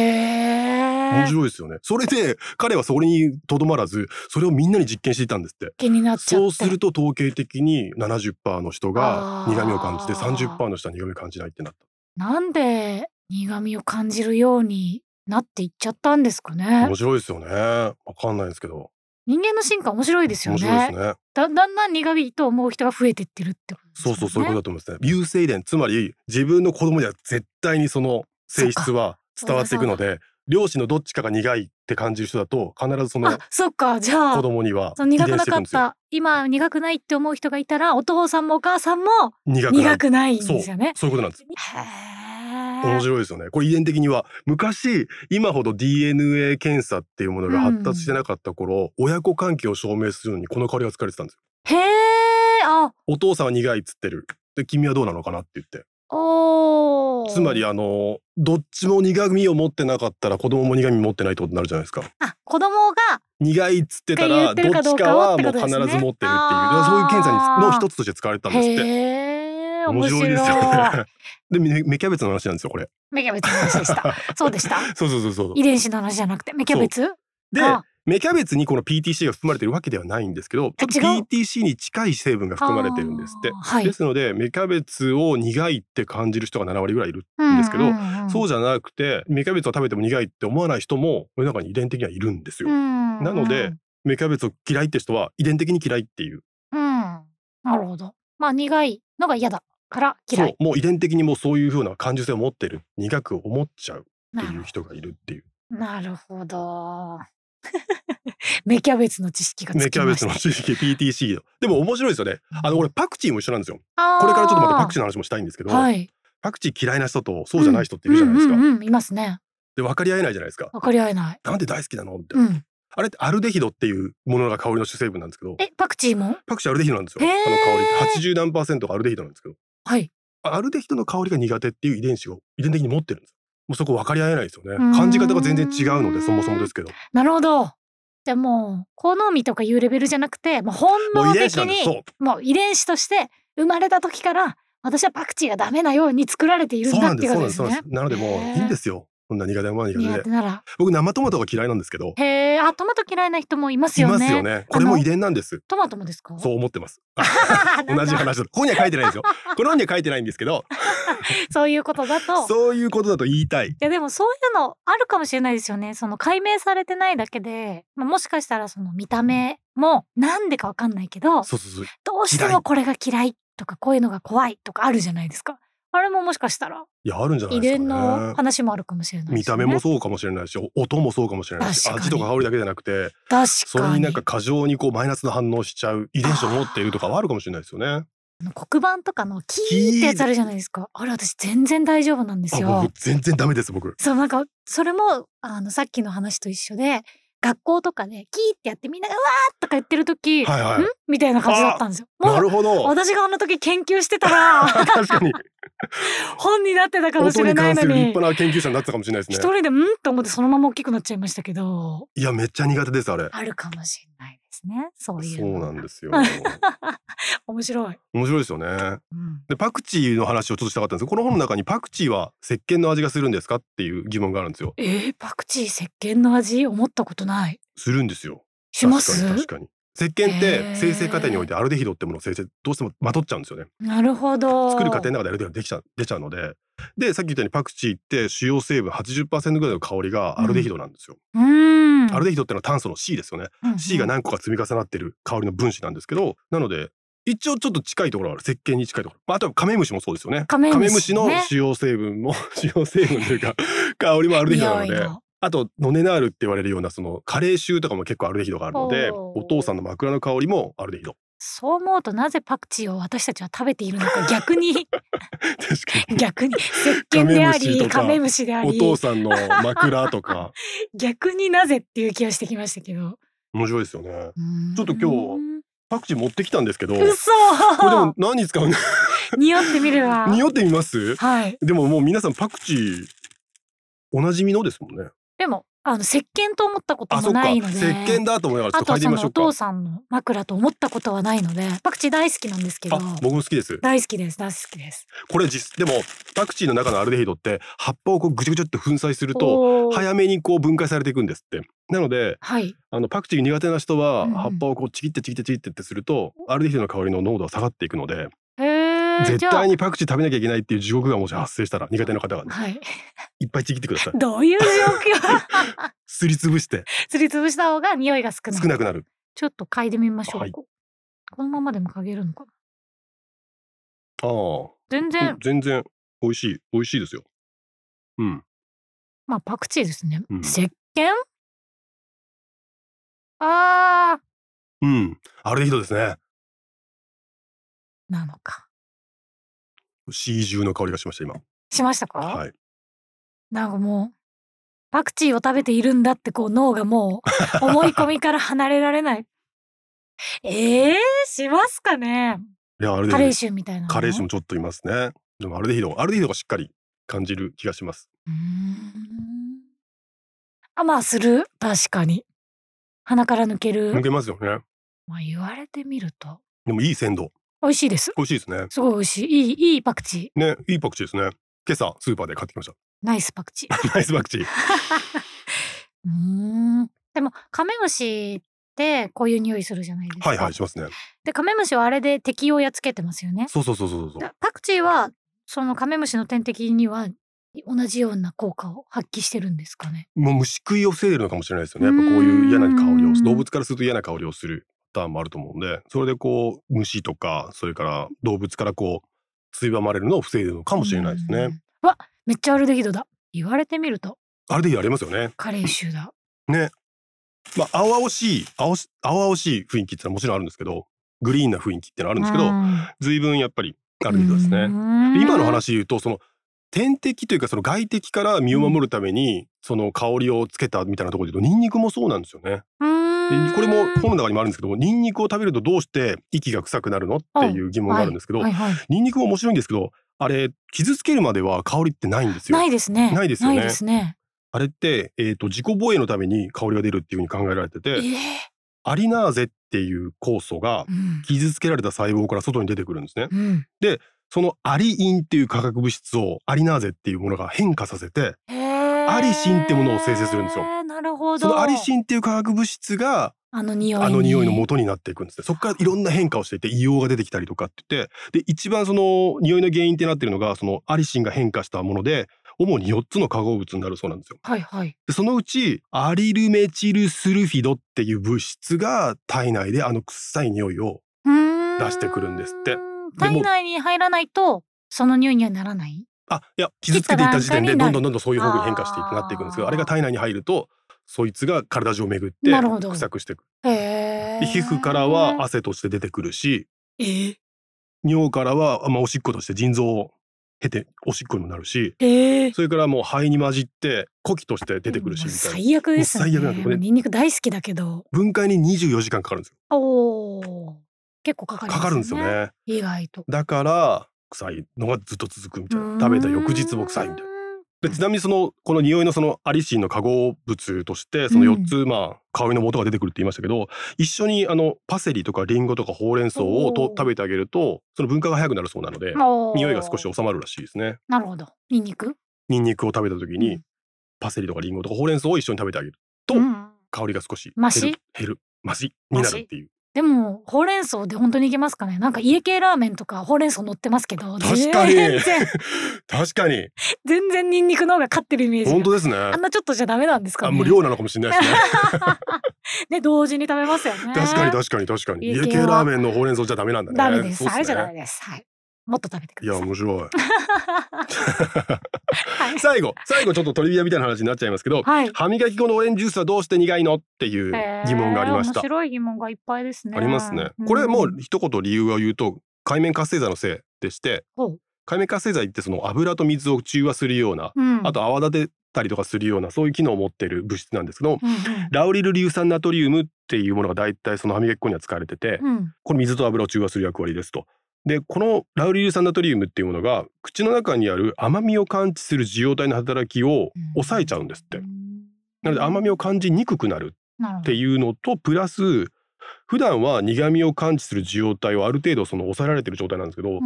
[SPEAKER 1] え
[SPEAKER 2] 面白いですよねそれで彼はそれにとどまらずそれをみんなに実験していたんですって
[SPEAKER 1] 気になっちゃって
[SPEAKER 2] そうすると統計的に70%の人が
[SPEAKER 1] あー
[SPEAKER 2] 苦味を感じて30%の人は苦味を感じないってなった
[SPEAKER 1] なんで苦味を感じるようになっていっちゃったんですかね
[SPEAKER 2] 面白いですよね。わかんないですけど。
[SPEAKER 1] 人間の進化面白いですよ
[SPEAKER 2] 面白いで
[SPEAKER 1] ね
[SPEAKER 2] すね。
[SPEAKER 1] だだんだん苦味と思う人が増えてってるってことです
[SPEAKER 2] そ
[SPEAKER 1] よ
[SPEAKER 2] う
[SPEAKER 1] ね
[SPEAKER 2] そう、そういうことだと思いますね。有性遺伝、つまり自分の子供には絶対にその性質は伝わっていくので、両親のどっちかが苦いって感じる人だと、必ずその
[SPEAKER 1] あそっかじゃあ
[SPEAKER 2] 子供には
[SPEAKER 1] その
[SPEAKER 2] 遺伝
[SPEAKER 1] 苦く
[SPEAKER 2] し
[SPEAKER 1] な
[SPEAKER 2] ていく
[SPEAKER 1] かっ
[SPEAKER 2] んですよ。
[SPEAKER 1] た今苦くないって思う人がいたらお父さんもお母さんも
[SPEAKER 2] 苦くな
[SPEAKER 1] 苦
[SPEAKER 2] い。
[SPEAKER 1] くないん
[SPEAKER 2] そう、
[SPEAKER 1] ですよね
[SPEAKER 2] そういうことなんです。
[SPEAKER 1] へ
[SPEAKER 2] 面
[SPEAKER 1] ー
[SPEAKER 2] 白いですよね。これ遺伝的には昔今ほど DNA 検査っていうものが発達してなかった頃、親子関係を証明するのにこの香りが使われてたんですよ。
[SPEAKER 1] へーあ
[SPEAKER 2] お父さんは苦いっつってる。で君はどうなのかなって言って。
[SPEAKER 1] おー
[SPEAKER 2] つまりあのどっちも苦味を持ってなかったら子供も苦味持ってないってことになるじゃないですか。
[SPEAKER 1] あ子供が
[SPEAKER 2] 苦いっつってた
[SPEAKER 1] 言
[SPEAKER 2] ら
[SPEAKER 1] って
[SPEAKER 2] ど
[SPEAKER 1] るか
[SPEAKER 2] っ
[SPEAKER 1] ど
[SPEAKER 2] ち
[SPEAKER 1] う
[SPEAKER 2] か
[SPEAKER 1] かをっ
[SPEAKER 2] は
[SPEAKER 1] て
[SPEAKER 2] も
[SPEAKER 1] こ
[SPEAKER 2] う
[SPEAKER 1] とで
[SPEAKER 2] 必
[SPEAKER 1] すね
[SPEAKER 2] ず持ってるっていうだから
[SPEAKER 1] あー
[SPEAKER 2] そういう検査の一つとして使われてたんですって。
[SPEAKER 1] へー面
[SPEAKER 2] 面
[SPEAKER 1] 白い
[SPEAKER 2] 白い
[SPEAKER 1] で
[SPEAKER 2] ですす
[SPEAKER 1] よ
[SPEAKER 2] よね。でメメキャベツの話なんですよこれ。
[SPEAKER 1] メキャベツの話で
[SPEAKER 2] (laughs)
[SPEAKER 1] したそうでした
[SPEAKER 2] そうそうそうそう。
[SPEAKER 1] 遺伝子の話じゃなくてメキャベツ
[SPEAKER 2] で
[SPEAKER 1] あ
[SPEAKER 2] メキャベツにこの PTC が含まれてるわけではないんですけど、ちょっと
[SPEAKER 1] 違う
[SPEAKER 2] PTC に近い成分が含まれてるんですって
[SPEAKER 1] あー。はい
[SPEAKER 2] ですのでメキャベツを苦いって感じる人が7割ぐらいいる。ですけどそううじゃなくてメキャベツを食べても苦いって思わない人も世の中に遺伝的にはいるんですよ。
[SPEAKER 1] な
[SPEAKER 2] なのでメキャベツを嫌いって人は遺伝的に嫌いっていう
[SPEAKER 1] うんなるほどまあ苦いのが嫌だから嫌い
[SPEAKER 2] そうもう遺伝的にもうそういうふうな感受性を持ってる苦く思っちゃうっ
[SPEAKER 1] な
[SPEAKER 2] てい
[SPEAKER 1] る
[SPEAKER 2] う人がいるっていう
[SPEAKER 1] なるほど (laughs) メキャベツの知識がつ
[SPEAKER 2] メ
[SPEAKER 1] き
[SPEAKER 2] キャベ
[SPEAKER 1] まし
[SPEAKER 2] ツ
[SPEAKER 1] た
[SPEAKER 2] の知識 PTC だでも面白いですよねあの俺パクチーも一緒なんですよ
[SPEAKER 1] あー
[SPEAKER 2] これからちょっとまたパクチーの話もしたいんですけど、
[SPEAKER 1] はい
[SPEAKER 2] パクチー嫌いな人とそうじゃない人っているじゃないですか、
[SPEAKER 1] うんうんうんうんいますね
[SPEAKER 2] で分かり合えないじゃないですか
[SPEAKER 1] わかり合えない
[SPEAKER 2] なんで大好きなのみたいな、
[SPEAKER 1] うん
[SPEAKER 2] あれってアルデヒドっていうものが香りの主成分なんですけど
[SPEAKER 1] えパクチーも
[SPEAKER 2] パクチーアルデヒドなんですよ
[SPEAKER 1] へ
[SPEAKER 2] あ
[SPEAKER 1] ー
[SPEAKER 2] の香りって80何パーセントがアルデヒドなんですけど
[SPEAKER 1] はい
[SPEAKER 2] アルデヒドの香りが苦手っていう遺伝子を遺伝的に持ってるんですもうそこ分かり合えないですよね
[SPEAKER 1] ーん
[SPEAKER 2] 感じ方が全然違うのでそもそもですけど
[SPEAKER 1] なるほどじゃあもう好みとかいうレベルじゃなくてもう本
[SPEAKER 2] もう
[SPEAKER 1] 能
[SPEAKER 2] 遺伝
[SPEAKER 1] 的
[SPEAKER 2] 子なんです
[SPEAKER 1] に
[SPEAKER 2] そう
[SPEAKER 1] もう遺伝子として生まれた時から私はパクチーがダメなように作られている
[SPEAKER 2] そ
[SPEAKER 1] ん
[SPEAKER 2] う
[SPEAKER 1] だ
[SPEAKER 2] な
[SPEAKER 1] っ
[SPEAKER 2] ん
[SPEAKER 1] てい
[SPEAKER 2] で
[SPEAKER 1] う
[SPEAKER 2] す
[SPEAKER 1] こ
[SPEAKER 2] そう
[SPEAKER 1] と
[SPEAKER 2] なん
[SPEAKER 1] で
[SPEAKER 2] です
[SPEAKER 1] す
[SPEAKER 2] そうなん
[SPEAKER 1] ね
[SPEAKER 2] ですなのでもういいんですよこんな苦手も苦手
[SPEAKER 1] 苦
[SPEAKER 2] で
[SPEAKER 1] 手なら
[SPEAKER 2] 僕生トマトが嫌いなんですけど
[SPEAKER 1] へえあトマト嫌いな人もいます
[SPEAKER 2] い
[SPEAKER 1] よね
[SPEAKER 2] ますよねこれも遺伝なんです
[SPEAKER 1] トマトもですか
[SPEAKER 2] そう思ってます
[SPEAKER 1] (laughs) なんだ
[SPEAKER 2] 同じ話だここには書いてないですよこの本には書いてないんですけど
[SPEAKER 1] そういうことだと
[SPEAKER 2] そういうことだと言いたい
[SPEAKER 1] いやでもそういうのあるかもしれないですよね。その解明されてないだけで、まあ、もしかしたらその見た目もなんでかわかんないけど、
[SPEAKER 2] そうそうそう
[SPEAKER 1] どうして
[SPEAKER 2] 嫌
[SPEAKER 1] も
[SPEAKER 2] い
[SPEAKER 1] これが嫌いとかこういうのが怖いとかあるじゃないですか。あれももしかしたら
[SPEAKER 2] いやあるんじゃない
[SPEAKER 1] 遺
[SPEAKER 2] です
[SPEAKER 1] 伝
[SPEAKER 2] か
[SPEAKER 1] の
[SPEAKER 2] ね
[SPEAKER 1] 話もあるかもしれないで
[SPEAKER 2] 見
[SPEAKER 1] すよ
[SPEAKER 2] た
[SPEAKER 1] ね。
[SPEAKER 2] 目もそうかもしれないしお音もそうかもしれないし
[SPEAKER 1] 確かに
[SPEAKER 2] 味とか香りだけじゃなくて
[SPEAKER 1] 確
[SPEAKER 2] それ
[SPEAKER 1] か
[SPEAKER 2] に
[SPEAKER 1] に
[SPEAKER 2] なんか過剰にこうマイナスな反応しちゃう遺伝子を持っているとかはあるかもしれないですよね。
[SPEAKER 1] あの黒板とかのキーってやつあるじゃないですか。あれ私全然大丈夫なんです
[SPEAKER 2] あ
[SPEAKER 1] よ
[SPEAKER 2] 僕。全然ダメです僕。
[SPEAKER 1] そうなんかそれもあのさっきの話と一緒で学校とかでキーってやってみんながわーっとか言ってる時、
[SPEAKER 2] はいはい
[SPEAKER 1] んみたいな感じだったんですよ。も
[SPEAKER 2] な
[SPEAKER 1] う
[SPEAKER 2] るほ (laughs) ど。
[SPEAKER 1] 私があの時研究してた
[SPEAKER 2] (laughs)
[SPEAKER 1] ら
[SPEAKER 2] 確かに
[SPEAKER 1] 本になってたかもし
[SPEAKER 2] 音
[SPEAKER 1] れ
[SPEAKER 2] に
[SPEAKER 1] ない
[SPEAKER 2] 関
[SPEAKER 1] の
[SPEAKER 2] する立
[SPEAKER 1] に
[SPEAKER 2] 派な研究者になってたかもしれないで
[SPEAKER 1] 一
[SPEAKER 2] すね。
[SPEAKER 1] 人でうんと思ってそのまま大きくなっちゃいましたけど
[SPEAKER 2] いやめっちゃ苦手ですあれ。
[SPEAKER 1] あるかもしれないですねそういう
[SPEAKER 2] そう
[SPEAKER 1] の
[SPEAKER 2] なんですよ。
[SPEAKER 1] 面白い、
[SPEAKER 2] 面白いですよね。
[SPEAKER 1] うん
[SPEAKER 2] でパクチーの話をちょっとしたかったんですけどこの本の中にパクチーは石鹸の味がするんですかっていう疑問があるんですよ。
[SPEAKER 1] えー、パクチー石鹸の味思ったことない
[SPEAKER 2] するんですよ。
[SPEAKER 1] します
[SPEAKER 2] 確かに確かに。石鹸っ
[SPEAKER 1] へー
[SPEAKER 2] て生成過程においてアルデヒドってものを生成どうしてもまとっちゃうんですよね。
[SPEAKER 1] なるほど
[SPEAKER 2] 作る過程の中でアルデヒドができちゃう出ちゃうので。でさっき言ったようにパクチーって主要成分80%ぐらいの香りがアルデヒドなんですよ。
[SPEAKER 1] うーん
[SPEAKER 2] アルデヒドってのは炭素の C ですよね。
[SPEAKER 1] うん
[SPEAKER 2] C が何個か積み重なってる香りの分子なんですけどなので一応ちょっと近いところはある石鹸に近いところ、まあ、あとはカメムシもそうですよね
[SPEAKER 1] カメムシね
[SPEAKER 2] の主要成分も (laughs) 主要成分というか香りもアルデヒドなの
[SPEAKER 1] 匂い
[SPEAKER 2] で
[SPEAKER 1] の
[SPEAKER 2] あとノネナールって言われるようなそのカレー臭とかも結構アルデヒドがあるので
[SPEAKER 1] おー
[SPEAKER 2] お父さんの枕の香りもアル
[SPEAKER 1] (laughs)
[SPEAKER 2] デヒド
[SPEAKER 1] そう思うとなぜパクチーを私たちは食べているのか逆
[SPEAKER 2] (laughs)
[SPEAKER 1] に
[SPEAKER 2] 確か
[SPEAKER 1] 逆に石鹸でありカ
[SPEAKER 2] カ
[SPEAKER 1] メ
[SPEAKER 2] メ
[SPEAKER 1] ムシであ
[SPEAKER 2] にお
[SPEAKER 1] り
[SPEAKER 2] 父さんの枕とか
[SPEAKER 1] (laughs) 逆になぜっていう気がしてきましたけど
[SPEAKER 2] 面白いですよねちょっと今パクチー持ってきたんですけど
[SPEAKER 1] う
[SPEAKER 2] こ
[SPEAKER 1] ん
[SPEAKER 2] れ
[SPEAKER 1] 嘘
[SPEAKER 2] でも何に使うの
[SPEAKER 1] 匂ってみるわ
[SPEAKER 2] 匂ってみます
[SPEAKER 1] はい
[SPEAKER 2] でももう皆さんパクチーおなじみのですもんね
[SPEAKER 1] でもあの石鹸と思ったこと
[SPEAKER 2] あ、そ
[SPEAKER 1] も
[SPEAKER 2] っか。
[SPEAKER 1] ない
[SPEAKER 2] 石
[SPEAKER 1] ので
[SPEAKER 2] 鹸だと思いながらちょ
[SPEAKER 1] あ
[SPEAKER 2] っと
[SPEAKER 1] と
[SPEAKER 2] 嗅いで
[SPEAKER 1] そ
[SPEAKER 2] みま
[SPEAKER 1] の
[SPEAKER 2] しょ
[SPEAKER 1] お
[SPEAKER 2] う
[SPEAKER 1] 父。
[SPEAKER 2] か
[SPEAKER 1] さんの枕と思ったことはないのでパクチー大好きなんですけど
[SPEAKER 2] あ、僕も好きです。
[SPEAKER 1] 大好きです大好きです
[SPEAKER 2] これ実でもパクチーの中のアルデヒドって葉っぱをこうぐちゃぐちゃって粉砕すると
[SPEAKER 1] おー
[SPEAKER 2] 早めにこう分解されていくんですって。なので
[SPEAKER 1] はい
[SPEAKER 2] あのパクチー苦手な人は
[SPEAKER 1] うんうん
[SPEAKER 2] 葉っぱをこうちぎってちぎってちぎってってするとアルデヒドの香りの濃度は下がっていくので
[SPEAKER 1] へえ
[SPEAKER 2] 絶
[SPEAKER 1] じゃあ
[SPEAKER 2] 対にパクチー食べなきゃいけないっていう地獄がもし発生したら苦手な方がね
[SPEAKER 1] はい (laughs)
[SPEAKER 2] いっぱいちぎってください
[SPEAKER 1] どういう状況
[SPEAKER 2] すりつぶして
[SPEAKER 1] すりつぶした方が匂いが少ない
[SPEAKER 2] 少なくなる
[SPEAKER 1] ちょっと嗅いでみましょう、
[SPEAKER 2] はい
[SPEAKER 1] このままでも嗅げるのかな
[SPEAKER 2] ああ
[SPEAKER 1] 全然、
[SPEAKER 2] 全然美味しい美味しいですようん
[SPEAKER 1] まあパクチーですね、
[SPEAKER 2] うん
[SPEAKER 1] 石鹸あー
[SPEAKER 2] うんアルデヒドですね
[SPEAKER 1] なのか
[SPEAKER 2] C 中の香りがしました今
[SPEAKER 1] しましたか、
[SPEAKER 2] はい
[SPEAKER 1] なんかもうパクチーを食べているんだってこう脳がもう思い込みから離れられないえー、しますかね
[SPEAKER 2] いやアルデ
[SPEAKER 1] カレー
[SPEAKER 2] ヒ
[SPEAKER 1] 臭みたいなの
[SPEAKER 2] ドカレー種もちょっといますねでもアルデヒドアルデヒドがしっかり感じる気がします
[SPEAKER 1] うーんあまあする確かに鼻から抜ける
[SPEAKER 2] 抜けますよね
[SPEAKER 1] まあ言われてみると
[SPEAKER 2] でもいい鮮度
[SPEAKER 1] 美味しいです
[SPEAKER 2] 美味しいですね
[SPEAKER 1] すごい美味しいいいいいパクチ
[SPEAKER 2] ねいいパクチーですね今朝スーパーで買って
[SPEAKER 1] (laughs)
[SPEAKER 2] きまし
[SPEAKER 1] ーナイスパクチー
[SPEAKER 2] たナイスパクチー
[SPEAKER 1] うーんでもカメムシってこういう匂いするじゃないですか
[SPEAKER 2] はいはいしますね
[SPEAKER 1] でカメムシはあれで敵をやっつけてますよね
[SPEAKER 2] そうそうそうそうそう
[SPEAKER 1] だパクチーはそのカメムシの天敵には同じような効果を発揮してるんですかね
[SPEAKER 2] もう虫食いを防いでるのかもしれないですよねやっぱこういう嫌な香り
[SPEAKER 1] うーん
[SPEAKER 2] を動物からすると嫌な香りをするパターンもあると思うんでそれでこう虫とかそれから動物からこうついばまれるのを防いでるのかもしれないです
[SPEAKER 1] うー
[SPEAKER 2] ね
[SPEAKER 1] んうわめっちゃアルデヒドだ言われてみると
[SPEAKER 2] あれでありますよね
[SPEAKER 1] カレー臭だ
[SPEAKER 2] まあ青々しい青し青々しい雰囲気ってのはもちろんあるんですけどグリーンな雰囲気ってのはあるんですけど随分やっぱりあるんですねで今の話で言うとその天敵というかその外敵から身を守るためにその香りをつけたみたいなところで言うとニンニクもそうなんですよね。でこれも本の中にもあるんですけどもニンニクを食べるとどうして息が臭くなるのっていう疑問があるんですけど、
[SPEAKER 1] はいはい
[SPEAKER 2] ニンニクも面白いんですけどあれ傷つけるまでは香りってないんですよ
[SPEAKER 1] な。いですね
[SPEAKER 2] ないですよね
[SPEAKER 1] ないですね
[SPEAKER 2] あれって、えー、と自己防衛のために香りが出るっていうふうに考えられて
[SPEAKER 1] え
[SPEAKER 2] て
[SPEAKER 1] ー
[SPEAKER 2] アリナーゼっていう酵素が
[SPEAKER 1] うん
[SPEAKER 2] 傷つけられた細胞から外に出てくるんですね。
[SPEAKER 1] うん
[SPEAKER 2] そのアリインっていう化学物質をアリナーゼっていうものが変化させて
[SPEAKER 1] ア
[SPEAKER 2] リシンってものを生成するんですよ
[SPEAKER 1] なるほど
[SPEAKER 2] そのアリシンっていう化学物質が
[SPEAKER 1] あの匂いに
[SPEAKER 2] あの匂いの元になっていくんですねそこからいろんな変化をしていて硫黄が出てきたりとかって言ってで一番その匂いの原因ってなってるのがそのアリシンが変化したもので主に4つの化合物になるそうなんですよ
[SPEAKER 1] はいはい
[SPEAKER 2] でそのうちアリルメチルスルフィドっていう物質が体内であの臭い匂いを
[SPEAKER 1] 出
[SPEAKER 2] 出してくるんですって
[SPEAKER 1] 体内に入らないとその匂いにはならない
[SPEAKER 2] あいや傷つけていった時点で
[SPEAKER 1] 切った段階に
[SPEAKER 2] ど
[SPEAKER 1] なんる
[SPEAKER 2] どんどんどんそういう方向に変化していってなっていくんですけど
[SPEAKER 1] あー
[SPEAKER 2] あれが体内に入るとそいつが体中を巡って
[SPEAKER 1] なるほど
[SPEAKER 2] 臭くしていく
[SPEAKER 1] へ
[SPEAKER 2] で皮膚からは汗として出てくるし
[SPEAKER 1] えー
[SPEAKER 2] 尿からは、まあ、おしっことして腎臓を経ておしっこにもなるし
[SPEAKER 1] えー
[SPEAKER 2] それからもう肺に混じって呼気として出てくるし
[SPEAKER 1] も
[SPEAKER 2] み
[SPEAKER 1] う
[SPEAKER 2] たいな、
[SPEAKER 1] 最悪ですよね
[SPEAKER 2] もう最悪なんだこれ
[SPEAKER 1] ニンニク大好きだけど
[SPEAKER 2] 分解に24時間かかるんですよ
[SPEAKER 1] おー結構かかります
[SPEAKER 2] かかるんですよね
[SPEAKER 1] 意外と
[SPEAKER 2] だから臭いのがずっと続くみたいな食べた翌日も臭いみたいなでちなみにそのこの匂いのそのアリシンの化合物としてその
[SPEAKER 1] うん
[SPEAKER 2] 4つまあ香りの元が出てくるって言いましたけど、一緒にあのパセリとかリンゴとかほうれん草をと
[SPEAKER 1] おー
[SPEAKER 2] 食べてあげるとその分解が早くなるそうなので
[SPEAKER 1] なおー
[SPEAKER 2] 匂いが少し収まるらしいですね
[SPEAKER 1] なるほどニンニク
[SPEAKER 2] ニンニクを食べた時
[SPEAKER 1] う
[SPEAKER 2] に
[SPEAKER 1] ん
[SPEAKER 2] パセリとかリンゴとかほうれん草を一緒に食べてあげると
[SPEAKER 1] うん
[SPEAKER 2] 香りが少し減
[SPEAKER 1] マ
[SPEAKER 2] る
[SPEAKER 1] シ
[SPEAKER 2] 減るマシになるっていう
[SPEAKER 1] でもほうれん草で本当にいけますかねなんか家系ラーメンとかほうれん草乗ってますけど
[SPEAKER 2] 確かに
[SPEAKER 1] 全然
[SPEAKER 2] 確かに
[SPEAKER 1] 全然ニンニクの方が勝ってるイメージが
[SPEAKER 2] 本当ですね
[SPEAKER 1] あんなちょっとじゃダメなんですか
[SPEAKER 2] あ
[SPEAKER 1] ね
[SPEAKER 2] もう量なのかもしれないですね
[SPEAKER 1] (laughs) ね同時に食べますよね
[SPEAKER 2] 確かに確かに確かに
[SPEAKER 1] 家
[SPEAKER 2] 家
[SPEAKER 1] 系
[SPEAKER 2] 系
[SPEAKER 1] は
[SPEAKER 2] ラーメンのほうれん草じゃダメなんだね
[SPEAKER 1] ダメです
[SPEAKER 2] そうっ
[SPEAKER 1] あれじゃダ
[SPEAKER 2] ね
[SPEAKER 1] メですはいもっと食べてく
[SPEAKER 2] い
[SPEAKER 1] だ
[SPEAKER 2] や
[SPEAKER 1] さい
[SPEAKER 2] 面白い
[SPEAKER 1] はい
[SPEAKER 2] 最後最後ちょっとトリビアみたいな話になっちゃいますけど、
[SPEAKER 1] はい
[SPEAKER 2] 歯磨き粉のオレンジジュースはどうして苦いのっていう疑問がありまし
[SPEAKER 1] へー面
[SPEAKER 2] た、
[SPEAKER 1] 白い疑問がいっぱいですね
[SPEAKER 2] ありますねこれもう一言理由を言うと海面活性剤のせいでして
[SPEAKER 1] ほう
[SPEAKER 2] 海面活性剤ってその油と水を中和するような、
[SPEAKER 1] うん、うん
[SPEAKER 2] あと泡立てたりとかするようなそういう機能を持っている物質なんですけ
[SPEAKER 1] う
[SPEAKER 2] ど、
[SPEAKER 1] ん
[SPEAKER 2] ラウリル硫酸ナトリウムっていうものが大体その歯磨き粉には使われてて、
[SPEAKER 1] うんうん
[SPEAKER 2] これ水と油を中和する役割ですと。でこのラウリル酸ナトリウムっていうものが口の中にある甘みを感知する受容体の働きを抑えちゃうんですって。なので甘みを感じにくくなる
[SPEAKER 1] なるほ
[SPEAKER 2] っ
[SPEAKER 1] ど
[SPEAKER 2] ていうのとプラス普段は苦みを感知する受容体をある程度その抑えられてる状態なんですけど、
[SPEAKER 1] うんうん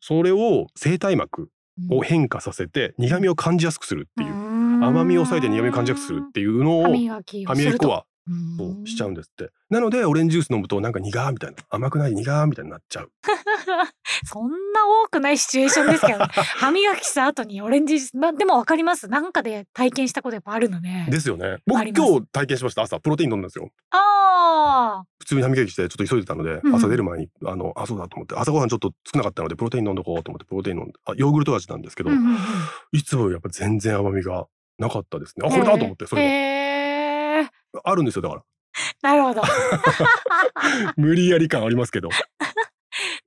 [SPEAKER 2] それを声帯膜
[SPEAKER 1] うん
[SPEAKER 2] を変化させて苦みを感じやすくするっていう、
[SPEAKER 1] 甘
[SPEAKER 2] 甘みを抑えて苦みを感じやすくするっていうのを
[SPEAKER 1] 歯
[SPEAKER 2] 歯
[SPEAKER 1] 磨きをす
[SPEAKER 2] 磨
[SPEAKER 1] る
[SPEAKER 2] き粉
[SPEAKER 1] と
[SPEAKER 2] はこうしちゃうんですってなのでオレンジジュース飲むとなんか苦ーみたいな甘くない苦ーみたいになっちゃう
[SPEAKER 1] そんな多くないシチュエーションですけ
[SPEAKER 2] (laughs)
[SPEAKER 1] どね歯磨きした後にオレンジジュースまあでも分かりますなんかで体験したことやっぱあるのね
[SPEAKER 2] ですよね
[SPEAKER 1] あ
[SPEAKER 2] 僕
[SPEAKER 1] ります
[SPEAKER 2] 今日体験しました朝プロテイン飲んだんですよ
[SPEAKER 1] ああ
[SPEAKER 2] 普通に歯磨きしてちょっと急いでたので、
[SPEAKER 1] うん
[SPEAKER 2] 朝出る前にあのあそうだと思って朝ごはんちょっと少なかったのでプロテイン飲んどこうと思ってプロテイン飲んであヨーグルト味なんですけど、
[SPEAKER 1] うんうんうん
[SPEAKER 2] いつもよりやっぱ全然甘みがなかったですねあこれだと思ってそれが、
[SPEAKER 1] へー
[SPEAKER 2] あるんですよだか
[SPEAKER 1] なるほど
[SPEAKER 2] ら無理やり感ありますけどい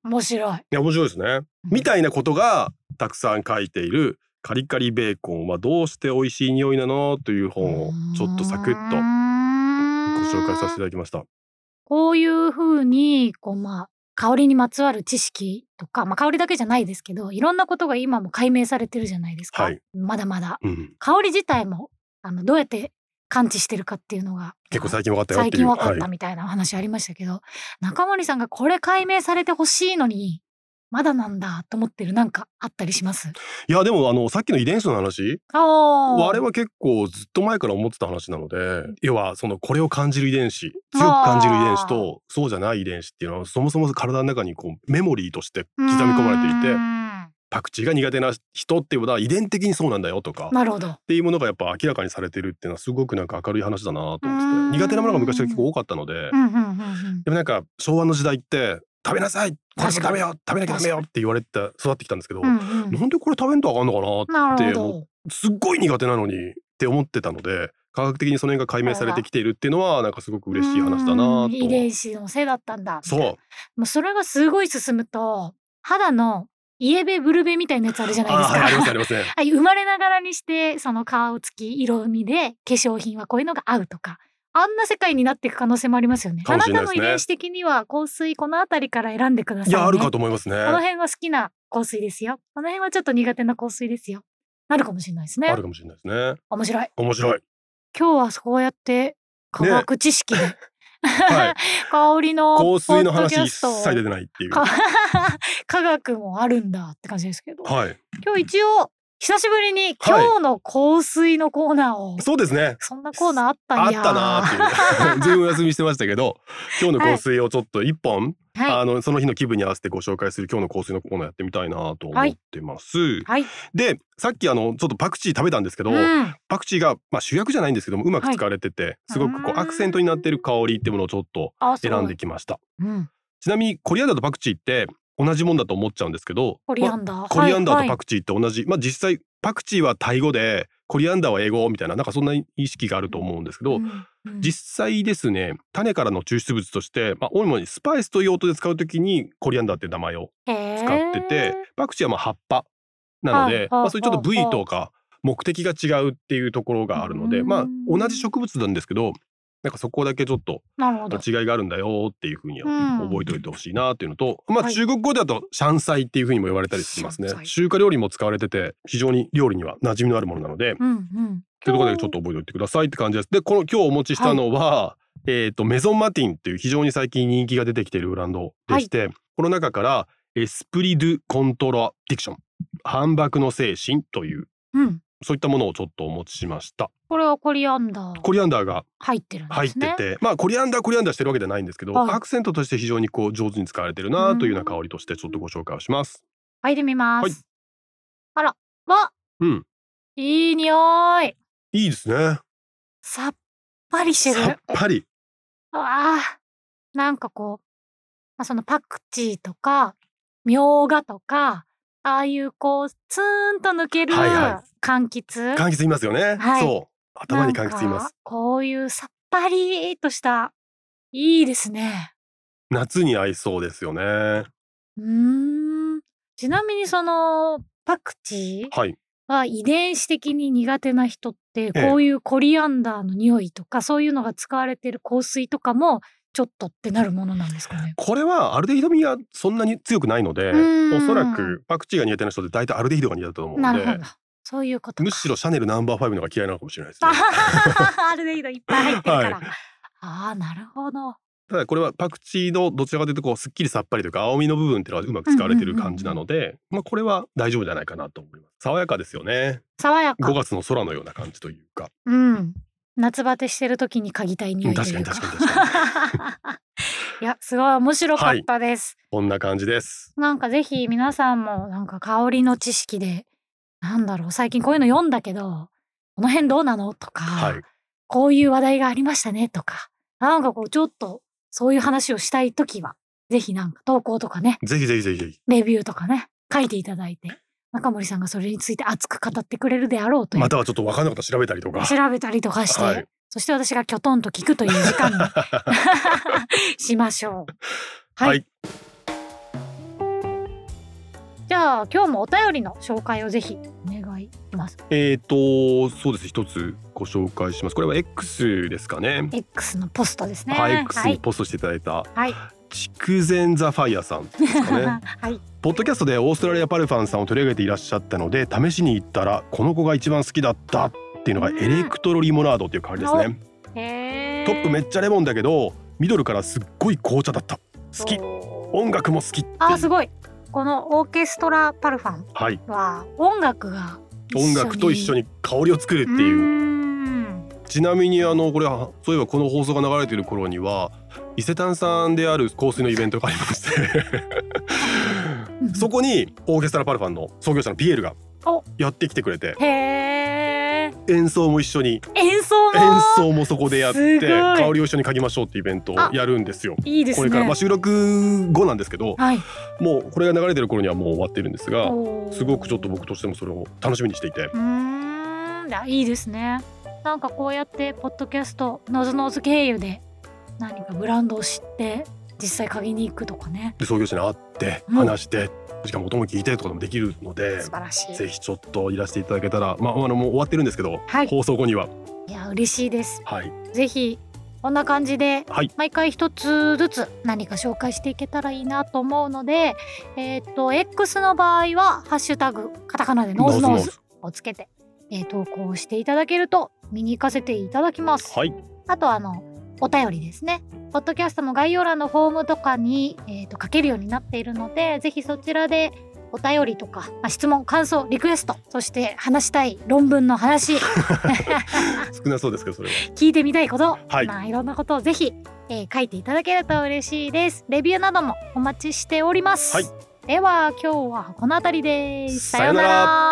[SPEAKER 1] 面白い
[SPEAKER 2] や面白いですねみたいなことがたくさん書いているカリカリベーコンはどうして美味しい匂いなのという本をちょっとサクッとご紹介させていただきました
[SPEAKER 1] こういうふうに、こう、まあ、香りにまつわる知識とか、まあ、香りだけじゃないですけど、いろんなことが今も解明されてるじゃないですか。
[SPEAKER 2] はい
[SPEAKER 1] まだまだ。
[SPEAKER 2] うん
[SPEAKER 1] 香り自体も、あの、どうやって感知してるかっていうのが、
[SPEAKER 2] 結構最近分かったよっ
[SPEAKER 1] 最
[SPEAKER 2] てい
[SPEAKER 1] 近
[SPEAKER 2] う
[SPEAKER 1] 分かっ
[SPEAKER 2] は
[SPEAKER 1] た
[SPEAKER 2] い
[SPEAKER 1] みたいなお話ありましたけど、中森さんがこれ解明されてほしいのに、まだなんだと思ってるなんかあったりします
[SPEAKER 2] いやでもあのさっきの遺伝子の話
[SPEAKER 1] ああ。
[SPEAKER 2] あれは結構ずっと前から思ってた話なので要はそのこれを感じる遺伝子強く感じる遺伝子とそうじゃない遺伝子っていうのはそもそも体の中にこうメモリーとして刻み込まれていて
[SPEAKER 1] い
[SPEAKER 2] パクチーが苦手な人っていうのは遺伝的にそうなんだよとかっ
[SPEAKER 1] なるほど。
[SPEAKER 2] ていうものがやっぱ明らかにされてるっていうのはすごくなんか明るい話だなと思
[SPEAKER 1] うー
[SPEAKER 2] っ
[SPEAKER 1] ん
[SPEAKER 2] てて苦手なものが昔から結構多かったので
[SPEAKER 1] うんうんうんうん。
[SPEAKER 2] でもなんか昭和の時代って食べなさいこれしか食べよう食べなきゃダメよって言われて育ってきたんですけど
[SPEAKER 1] う
[SPEAKER 2] なん
[SPEAKER 1] うん
[SPEAKER 2] んでこれ食べんとあかんのか
[SPEAKER 1] な
[SPEAKER 2] な
[SPEAKER 1] るほ
[SPEAKER 2] って
[SPEAKER 1] ど。
[SPEAKER 2] すっごい苦手なのにって思ってたので科学的にその辺が解明されてきているっていうのはなんかすごく嬉しい話だな
[SPEAKER 1] う
[SPEAKER 2] と
[SPEAKER 1] ん遺伝子のせいだったんだ。
[SPEAKER 2] そう
[SPEAKER 1] もうそれがすごい進むと、肌のイエベブルベみたいなやつあるじゃないで
[SPEAKER 2] あ
[SPEAKER 1] す
[SPEAKER 2] ーはいあります
[SPEAKER 1] か。
[SPEAKER 2] ありますね
[SPEAKER 1] はい、生まれながらにして、その顔つき、色味で、化粧品はこういうのが合うとか、あんな世界になっていく可能性もありますよね。
[SPEAKER 2] かもしれな
[SPEAKER 1] あ
[SPEAKER 2] い
[SPEAKER 1] なた
[SPEAKER 2] です
[SPEAKER 1] の
[SPEAKER 2] ね
[SPEAKER 1] 遺伝子的には香水このあたりから選んでください、
[SPEAKER 2] い
[SPEAKER 1] ね。
[SPEAKER 2] やあるかと思いますね
[SPEAKER 1] この
[SPEAKER 2] あ
[SPEAKER 1] 辺は好きな香水ですよ。この辺はちょっと苦手な香水ですよ。なるかもしれないですね
[SPEAKER 2] る。かもしれないですね
[SPEAKER 1] 面白い。
[SPEAKER 2] 面白い
[SPEAKER 1] 今日はそうやって科学知識で、
[SPEAKER 2] (laughs) はい
[SPEAKER 1] (laughs) 香りの
[SPEAKER 2] 香水の
[SPEAKER 1] ポッドキ
[SPEAKER 2] 話
[SPEAKER 1] ャ
[SPEAKER 2] 一
[SPEAKER 1] ストを
[SPEAKER 2] 切出てないっていう
[SPEAKER 1] か
[SPEAKER 2] は
[SPEAKER 1] (laughs) 科学もあるんだって感じですけど
[SPEAKER 2] い
[SPEAKER 1] 今日一応久しぶりに今日の香水のコーナーを、
[SPEAKER 2] そうですね
[SPEAKER 1] そんなコーナーあった
[SPEAKER 2] あ
[SPEAKER 1] ん
[SPEAKER 2] っ
[SPEAKER 1] や
[SPEAKER 2] たな
[SPEAKER 1] (laughs)
[SPEAKER 2] ーっていう全部お休みしてましたけど今日の香水をちょっと一本、
[SPEAKER 1] はい
[SPEAKER 2] あのその日の気分に合わせてご紹介する今日の香水のコーナーやってみたいなと思ってます、
[SPEAKER 1] はい、
[SPEAKER 2] でさっきあのちょっとパクチー食べたんですけど、
[SPEAKER 1] うん
[SPEAKER 2] パクチーが、まあ、主役じゃないんですけどもうまく使われてて、すごくこ
[SPEAKER 1] うー
[SPEAKER 2] うんアクセントになってる香りってものをちょっと
[SPEAKER 1] あすごい
[SPEAKER 2] 選んできました
[SPEAKER 1] うん、
[SPEAKER 2] ちなみにコリアンダーとパクチーって同じもんだと思っちゃうんですけど
[SPEAKER 1] コリアン
[SPEAKER 2] ま
[SPEAKER 1] ダー、
[SPEAKER 2] あコリアンダーとパ
[SPEAKER 1] ク
[SPEAKER 2] クチーって同じ、まあ実際パクチーはタイ語でコリアンダーは英語みたいななんかそんな意識があると思うんですけど、実際ですね種からの抽出物として、まあ、主にスパイスという用途で使うときにコリアンダーって名前を使っててパクチーはまあ葉っぱなの
[SPEAKER 1] はい
[SPEAKER 2] で、まあ、そういうちょっと部位とか目的が違うっていうところがあるので、
[SPEAKER 1] うん
[SPEAKER 2] まあ同じ植物なんですけどなんかそこだけちょっと
[SPEAKER 1] なるほど
[SPEAKER 2] 違いがあるんだよっていうふうには
[SPEAKER 1] うん
[SPEAKER 2] 覚えておいてほしいなっていうのと、ま
[SPEAKER 1] は
[SPEAKER 2] あ
[SPEAKER 1] い
[SPEAKER 2] 中国語だとシャンサイっていうふうにも言われたりしますね
[SPEAKER 1] シャンサイ
[SPEAKER 2] 中華料理も使われてて非常に料理には馴染みのあるものなので
[SPEAKER 1] うんうん
[SPEAKER 2] というところでちょっと覚えておいてくださいって感じですでこの今日お持ちしたのは、えっ、とメゾンマティンっていう非常に最近人気が出てきているブランドでして、この中からエスプリドゥコントロディクション反駁の精神という
[SPEAKER 1] うん
[SPEAKER 2] そういったものをちょっとお持ちしました
[SPEAKER 1] これはコリアンダー
[SPEAKER 2] コリアンダーが
[SPEAKER 1] 入ってるんで
[SPEAKER 2] 入っ
[SPEAKER 1] す
[SPEAKER 2] て
[SPEAKER 1] ね
[SPEAKER 2] て、まあコリアンダーコリアンダーしてるわけじゃないんですけど、
[SPEAKER 1] はい
[SPEAKER 2] アクセントとして非常にこう上手に使われてるなというような香りとしてちょっとご紹介をします。
[SPEAKER 1] 入ってみます、
[SPEAKER 2] はい
[SPEAKER 1] あらわ
[SPEAKER 2] うん、
[SPEAKER 1] いい匂い
[SPEAKER 2] いいですね。
[SPEAKER 1] さっぱりして
[SPEAKER 2] さ
[SPEAKER 1] る
[SPEAKER 2] っぱり。
[SPEAKER 1] あーなんかこう、まあ、そのパクチーとかみょうがとかああいうこうツーンと抜ける
[SPEAKER 2] はいは
[SPEAKER 1] 柑橘、
[SPEAKER 2] 柑橘いますよね。
[SPEAKER 1] はい
[SPEAKER 2] そう。頭に柑橘い
[SPEAKER 1] な
[SPEAKER 2] ま
[SPEAKER 1] ん
[SPEAKER 2] す
[SPEAKER 1] か。こういうさっぱりとしたいいですね
[SPEAKER 2] 夏に合いそうですよね。は
[SPEAKER 1] うーんちなみにそのパクチー
[SPEAKER 2] い。
[SPEAKER 1] は遺伝子的に苦手な人って
[SPEAKER 2] ええ
[SPEAKER 1] こういうコリアンダーの匂いとかそういうのが使われてる香水とかもちょっとってなるものなんですかね
[SPEAKER 2] これはアルデヒドミンがそんなに強くないので、
[SPEAKER 1] うん
[SPEAKER 2] おそらくパクチーが苦手な人って大体アルデヒドが苦手だと思う
[SPEAKER 1] な
[SPEAKER 2] の
[SPEAKER 1] るほ
[SPEAKER 2] で
[SPEAKER 1] ど、。そういうことか。
[SPEAKER 2] むし
[SPEAKER 1] (laughs)
[SPEAKER 2] ろシャネルナンバーファイブの方が嫌いなのかもしれないですね。
[SPEAKER 1] あアルデヒドいっぱい入ってるから。
[SPEAKER 2] は
[SPEAKER 1] ああ、なるほど。
[SPEAKER 2] ただこれはパクチーのどちらかというとこうすっきりさっぱりというか青みの部分っていうのはうまく使われてる感じなので、まあこれは大丈夫じゃないかなと思います爽やかですよね
[SPEAKER 1] 爽やか
[SPEAKER 2] 5。月の空のような感じというか
[SPEAKER 1] うん。夏バテしてる時に嗅ぎたい匂いというか
[SPEAKER 2] 確かに確
[SPEAKER 1] (laughs)
[SPEAKER 2] かに
[SPEAKER 1] いやすごい面白かったです、
[SPEAKER 2] こんな感じです。
[SPEAKER 1] なんかぜひ皆さんもなんか香りの知識でなんだろう最近こういうの読んだけどこの辺どうなのとか、
[SPEAKER 2] はい。
[SPEAKER 1] こういう話題がありましたねとかなんかこうちょっとそういう話をしたい時はぜひなんか投稿とかね
[SPEAKER 2] ぜひぜひぜひぜひ。
[SPEAKER 1] レビューとかね書いていただいて中森さんがそれについて熱く語ってくれるであろうという
[SPEAKER 2] またはちょっと分かんなかったら調べたりとか。
[SPEAKER 1] 調べたりとかして、
[SPEAKER 2] はい
[SPEAKER 1] そして私がきょとんと聞くという時間に
[SPEAKER 2] (laughs)
[SPEAKER 1] しましょう。はい、
[SPEAKER 2] はい
[SPEAKER 1] じゃあ今日もお便りの紹介をぜひお願いします。
[SPEAKER 2] えっ、とそうです一つご紹介します。これは X ですかね。
[SPEAKER 1] X のポストですね。
[SPEAKER 2] はい、X にポストしていただいた
[SPEAKER 1] はい。
[SPEAKER 2] 筑前ザファイアさんです
[SPEAKER 1] (laughs)
[SPEAKER 2] かね。
[SPEAKER 1] はい。
[SPEAKER 2] ポッドキャストでオーストラリアパルファンさんを取り上げていらっしゃったので試しに行ったらこの子が一番好きだったっていうのが
[SPEAKER 1] うん
[SPEAKER 2] エレクトロリモナードっていう香りですね。
[SPEAKER 1] へー
[SPEAKER 2] トップめっちゃレモンだけどミドルからすっごい紅茶だった。好き。音楽も好きっていう。
[SPEAKER 1] あーすごい。このオーケストラパルファン
[SPEAKER 2] はい。
[SPEAKER 1] は音楽が
[SPEAKER 2] 音楽と一緒に香りを作るっていう。
[SPEAKER 1] う。
[SPEAKER 2] ちなみにあのこれはそういえばこの放送が流れている頃には伊勢丹さんである香水のイベントがありまし
[SPEAKER 1] (laughs)
[SPEAKER 2] てそ
[SPEAKER 1] こ。
[SPEAKER 2] こにオーケストラパルファンの創業者のピエールが
[SPEAKER 1] お
[SPEAKER 2] やってきてくれて
[SPEAKER 1] へえ。
[SPEAKER 2] 演奏も一緒に
[SPEAKER 1] 演奏も。
[SPEAKER 2] 演奏もそこでやって
[SPEAKER 1] すごい
[SPEAKER 2] 香りを一緒に嗅ぎましょうっていうイベントをやるんですよ。
[SPEAKER 1] いいです
[SPEAKER 2] こ
[SPEAKER 1] ね。
[SPEAKER 2] れから、まあ、収録後なんですけど
[SPEAKER 1] はい。
[SPEAKER 2] もうこれが流れてる頃にはもう終わってるんですが
[SPEAKER 1] おー
[SPEAKER 2] すごくちょっと僕としてもそれを楽しみにしていて
[SPEAKER 1] うーんあいいですねなんかこうやってポッドキャストのずのず経由で何かブランドを知って実際嗅ぎに行くとかね
[SPEAKER 2] で創業者に会って
[SPEAKER 1] うん
[SPEAKER 2] 話してしかも音も聞いてとかもできるので
[SPEAKER 1] 素晴らしい
[SPEAKER 2] ぜひちょっといらしていただけたら、まあ、あのもう終わってるんですけど、
[SPEAKER 1] はい
[SPEAKER 2] 放送後には、
[SPEAKER 1] いや嬉しいです
[SPEAKER 2] はい、
[SPEAKER 1] ぜひこんな感じで、
[SPEAKER 2] はい
[SPEAKER 1] 毎回一つずつ何か紹介していけたらいいなと思うのでえーっと X の場合は「ハッシュタグカタカナでノーズノーズ」をつけて、えー投稿していただけると見に行かせていただきます。
[SPEAKER 2] はい、
[SPEAKER 1] あとあのお便りですね。ポッドキャストの概要欄のフォームとかに、えー、と書けるようになっているので、ぜひそちらでお便りとか、まあ、質問、感想、リクエスト、そして話したい論文の話、
[SPEAKER 2] 少なそうですけどそれは
[SPEAKER 1] 聞いてみたいこと、
[SPEAKER 2] はい
[SPEAKER 1] まあ、いろんなことをぜひ、えー書いていただけると嬉しいです。レビューなどもお待ちしております。
[SPEAKER 2] はい
[SPEAKER 1] では今日はこの辺りです。
[SPEAKER 2] さようなら
[SPEAKER 1] さようなら